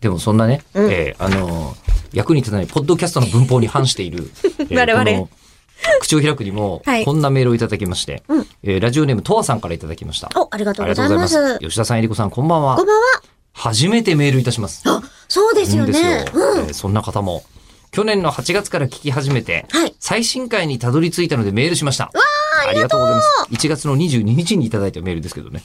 でもそんなね、えーあのー役に立たないポッドキャストの文法に反してい る、えー我々この口を開くにもはい、こんなメールをいただきまして、うんえーラジオネームとわさんからいただきました。お、ありがとうございます。ありがとうござい吉田さん、えりこさん、こんばんこんは。ばん初めてメールいたします。は。あ、そうですよいいんね。ですようん。えーそんな方も。去年の8月から聞き始めて、はい最新回にたどり着いたのでメールしました。ありがとうございます。1月の22日にいただいたメールですけどね。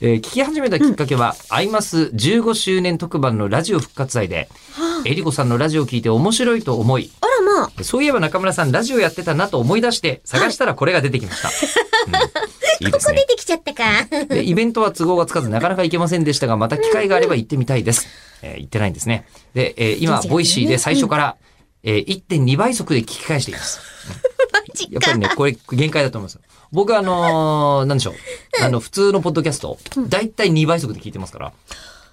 えー聞き始めたきっかけは、アイマス15周年特番のラジオ復活祭で、はあ、えりこさんのラジオを聞いて面白いと思い、あらまあ。そういえば中村さんラジオやってたなと思い出して、探したらこれが出てき ました。うんいいでこすこね出。てきちゃったか。でイベントは都合がつかずなかなか行けませんでしたがまた機会があれば行ってみたいです、えー行ってないんですねで、えー今全然違うねボイシーで最初から、えー1.2倍速で聞き返していますマジやっぱか り。ねこれ限界だと思いますよ僕はあのーなんでしょうあの普通のポッドキャストだいたい2倍速で聞いてますから、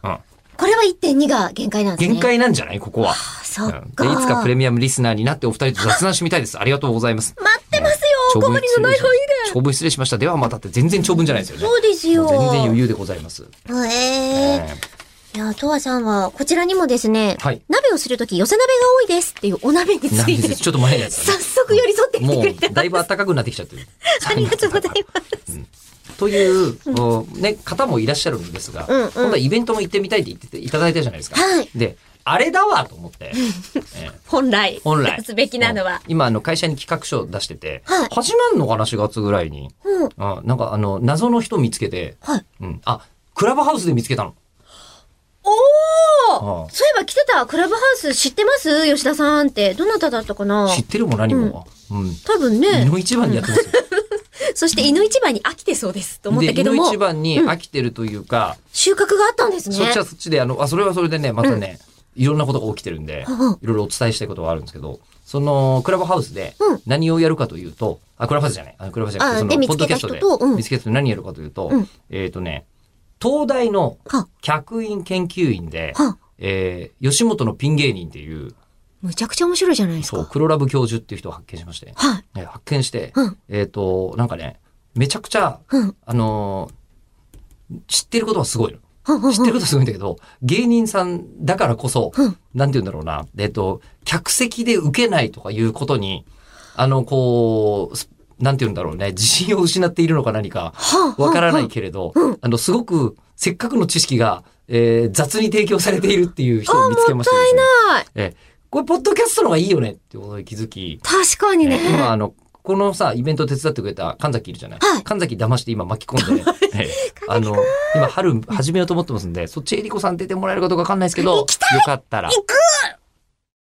うん、これは1.2が限界なんですね。限界なんじゃないここは、あ。うそっん、か。でいつかプレ待ミアムリスナーになってお二人と雑談してみたいですありがとうございますってますよ。お長困文りのない範囲で。長文失礼しましたではまたって全然長文じゃないですよねそうですよ。もう全然余裕でございます、えええーいや、とわさんは、こちらにもですね、はい鍋をするとき、寄せ鍋が多いですっていうお鍋につないいでて、 す。ちょっと前のやつだ早ね。速寄り添ってきてもくれてう、だいぶます。暖かくなってきちゃってる。 ありがとうございます。す。という、おね、方もいらっしゃるんですが、うんうん今度はイベントも行ってみたいって言ってていただいたじゃないですか。はいで、あれだわと思って、ええ本 来、本来。出すべきなのは。うん今、あの、会社に企画書を出してて、はい始まんのかな、4月ぐらいに。うん。あなんか、あの、謎の人見つけて、はい。うん。あ、クラブハウスで見つけたの。おああーそういえば来てた、クラブハウス知ってます吉田さんって。どなただったかな知ってるも何も。うん。多分胃ね。の一番にやってますよ。そして、犬一番に飽きてそうです。と思っで、たけ胃どのも一、番に飽きてるというか、収穫があったんですね。そっちはそっちで、あの、あ、それはそれでね、またね、いろんなことが起きてるんでうんうん、いろいろお伝えしたいことはあるんですけど、その、クラブハウスでうん何をやるかというと、あ、クラブハウスじゃない、あのクラブハウスじゃなくあて、そでの、見ポつッドけキたャスト人とでうん見つけた人何やるかというとうん、えっとね、東大のは、客員研究員では、えー吉本のピン芸人っていう、むちゃくちゃ面白いじゃないですそう、か。黒ラブ教授っていう人を発見しまして、はい。えー発見してうん、えっと、なんかね、めちゃくちゃ、うん。あのー知ってることはすごいの。うんうん知ってることはすごいんだけど、芸人さんだからこそ、うんなんて言うんだろうな、えっと、客席で受けないとかいうことに、あの、こう、すなんて言うんだろうね、自信を失っているのか何か、はあわからないはけれどうん、あの、すごく、せっかくの知識が、えー雑に提供されているっていう人を見つけましてですね。あはい。えーこれ、ポッドキャストの方がいいよねってことに気づき、確かにえね。ー今、あの、このさ、イベント手伝ってくれた神崎いるじゃない、はい神崎騙して今巻き込んで、ええあの、今春始めようと思ってますんで、そっちえりこさん出てもらえるかどうかわかんないですけど、よかったら。行く